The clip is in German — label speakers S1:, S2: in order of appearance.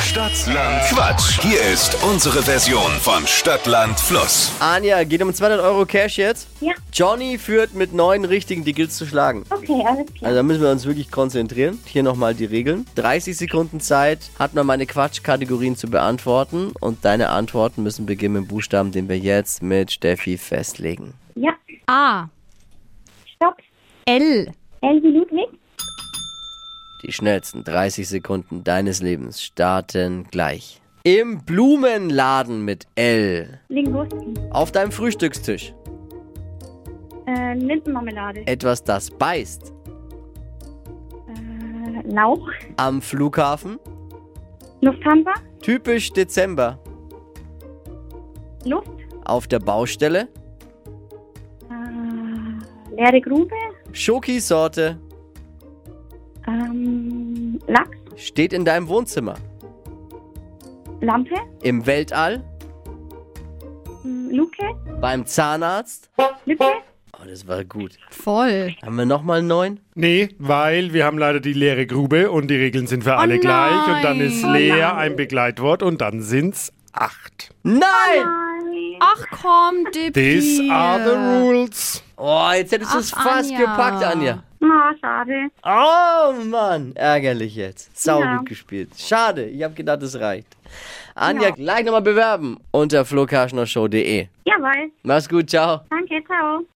S1: Stadtland Quatsch. Hier ist unsere Version von Stadtland Fluss.
S2: Anja, geht um 200 Euro Cash jetzt.
S3: Ja.
S2: Johnny führt mit neun richtigen, die gilt zu schlagen.
S3: Okay, alles klar.
S2: Also da müssen wir uns wirklich konzentrieren. Hier nochmal die Regeln. 30 Sekunden Zeit hat man meine Quatschkategorien zu beantworten. Und deine Antworten müssen beginnen mit dem Buchstaben, den wir jetzt mit Steffi festlegen.
S3: Ja,
S4: A.
S3: stopp.
S4: L.
S3: L wie Ludwig.
S2: Die schnellsten 30 Sekunden deines Lebens starten gleich. Im Blumenladen mit L.
S3: Linguisti.
S2: Auf deinem Frühstückstisch.
S3: Äh, Linsenmarmelade.
S2: Etwas, das beißt.
S3: Äh, Lauch.
S2: Am Flughafen.
S3: Lufthansa.
S2: Typisch Dezember.
S3: Luft.
S2: Auf der Baustelle.
S3: Äh, leere Grube.
S2: Schokisorte.
S3: Ähm, Lachs.
S2: Steht in deinem Wohnzimmer.
S3: Lampe.
S2: Im Weltall.
S3: Hm, Luke.
S2: Beim Zahnarzt.
S3: Lücke.
S2: Oh, das war gut.
S4: Voll.
S2: Haben wir nochmal neun?
S5: Nee, weil wir haben leider die leere Grube und die Regeln sind für alle gleich. Und dann ist
S4: Oh nein.
S5: leer ein Begleitwort und dann sind's acht.
S2: Nein!
S4: Ach komm, Dippi.
S5: These are the rules.
S2: Oh, jetzt hättest du es
S4: Ach,
S2: fast
S4: Anja.
S2: gepackt, Anja.
S3: Ah, schade.
S2: Oh Mann, ärgerlich jetzt. Sau
S3: Ja.
S2: gut gespielt. Schade, ich habe gedacht, es reicht. Anja, gleich nochmal bewerben unter flokarschnershow.de.
S3: Jawohl.
S2: Mach's gut, ciao.
S3: Danke, ciao.